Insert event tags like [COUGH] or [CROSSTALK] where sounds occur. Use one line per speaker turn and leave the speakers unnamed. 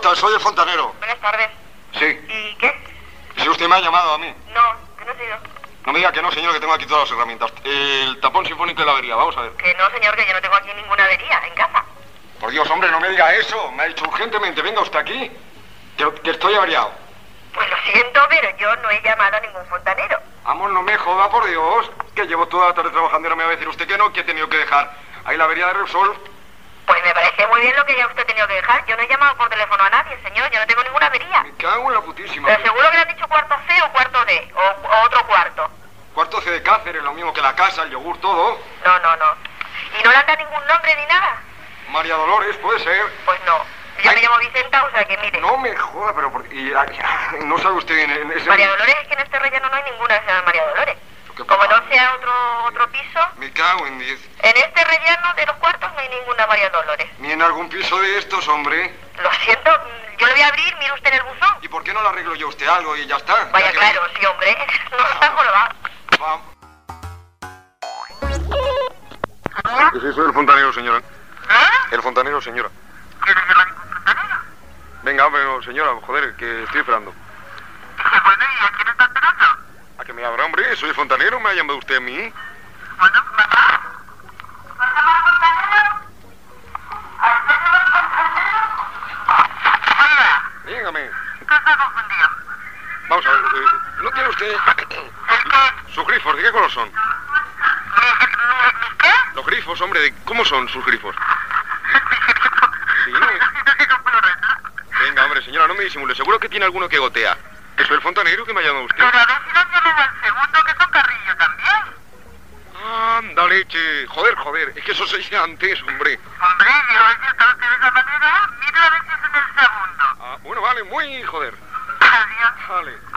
tal? eh, Soy el fontanero.
Buenas tardes.
Sí.
¿Y qué?
Si usted me ha llamado a mí.
No, que no soy yo.
No me diga que no, señor, que tengo aquí todas las herramientas. El tapón sinfónico y la avería, vamos a ver.
Que no, señor, que yo no tengo aquí ninguna avería en casa.
Por Dios, hombre, no me diga eso. Me ha dicho urgentemente, venga usted aquí. Que, que estoy averiado.
Pues lo siento, pero yo no he llamado a ningún fontanero.
Amor, no me joda, por Dios. Que llevo toda la tarde trabajando y no me va a decir usted que no, que he tenido que dejar. Ahí la avería de Repsol.
Pues me parece muy bien lo que ya usted ha tenido que dejar. Yo no he llamado por teléfono a nadie, señor. Yo no tengo ninguna avería.
Me cago en la putísima.
Pero seguro que le han dicho cuarto C o cuarto D o, o otro cuarto.
Cuarto C de Cáceres, lo mismo que la casa, el yogur, todo.
No, no, no. ¿Y no le han dado ningún nombre ni nada?
María Dolores, puede ser.
Pues no. Yo
Ay.
me llamo Vicenta, o sea que mire.
No me joda, pero por- y, ah, no sabe usted en, en ese...
María Dolores es que en este relleno no hay ninguna que se llame María Dolores.
¿Qué
Como
pasa?
no sea otro otro piso,
Me cago en diez.
en este relleno de los cuartos no hay ninguna María Dolores.
Ni en algún piso de estos, hombre.
Lo siento, mm, yo lo voy a abrir, mire usted en el buzón.
¿Y por qué no lo arreglo yo a usted algo y ya está?
Vaya,
Ya que-
claro, sí, hombre. [LAUGHS] No está jorobado.
Va- Sí, soy el fontanero, señora.
¿Ah?
El fontanero, señora.
¿Quieres hablar con fontanero?
Venga, pero señora, joder, que estoy esperando.
Dije, bueno, ¿y a quién está esperando?
¿A que me abra, hombre? Soy fontanero, ¿me ha llamado usted a mí?
Bueno, mamá. ¿Vas a llamar al fontanero? ¿A usted se va el fontanero? Oiga,
Dígame.
usted está confundido.
Vamos a ver, eh, ¿no tiene usted
¿El qué?
sus grifos? ¿De qué color son?
¿Mis, mis, mis qué?
Los grifos, hombre, ¿de cómo son sus grifos? Sí. Venga, hombre, señora, no me disimule. Seguro que tiene alguno que gotea. Que soy el fontanero que me ha llamado usted.
Pero a ver si no tiene el segundo, que es un carrillo también.
Anda, leche. Joder, joder. Es que eso se dice antes, hombre.
Hombre, yo a ver si está usted de esa manera. Mira a ver si es en el segundo.
Ah, bueno, vale, muy joder.
Adiós.
Vale.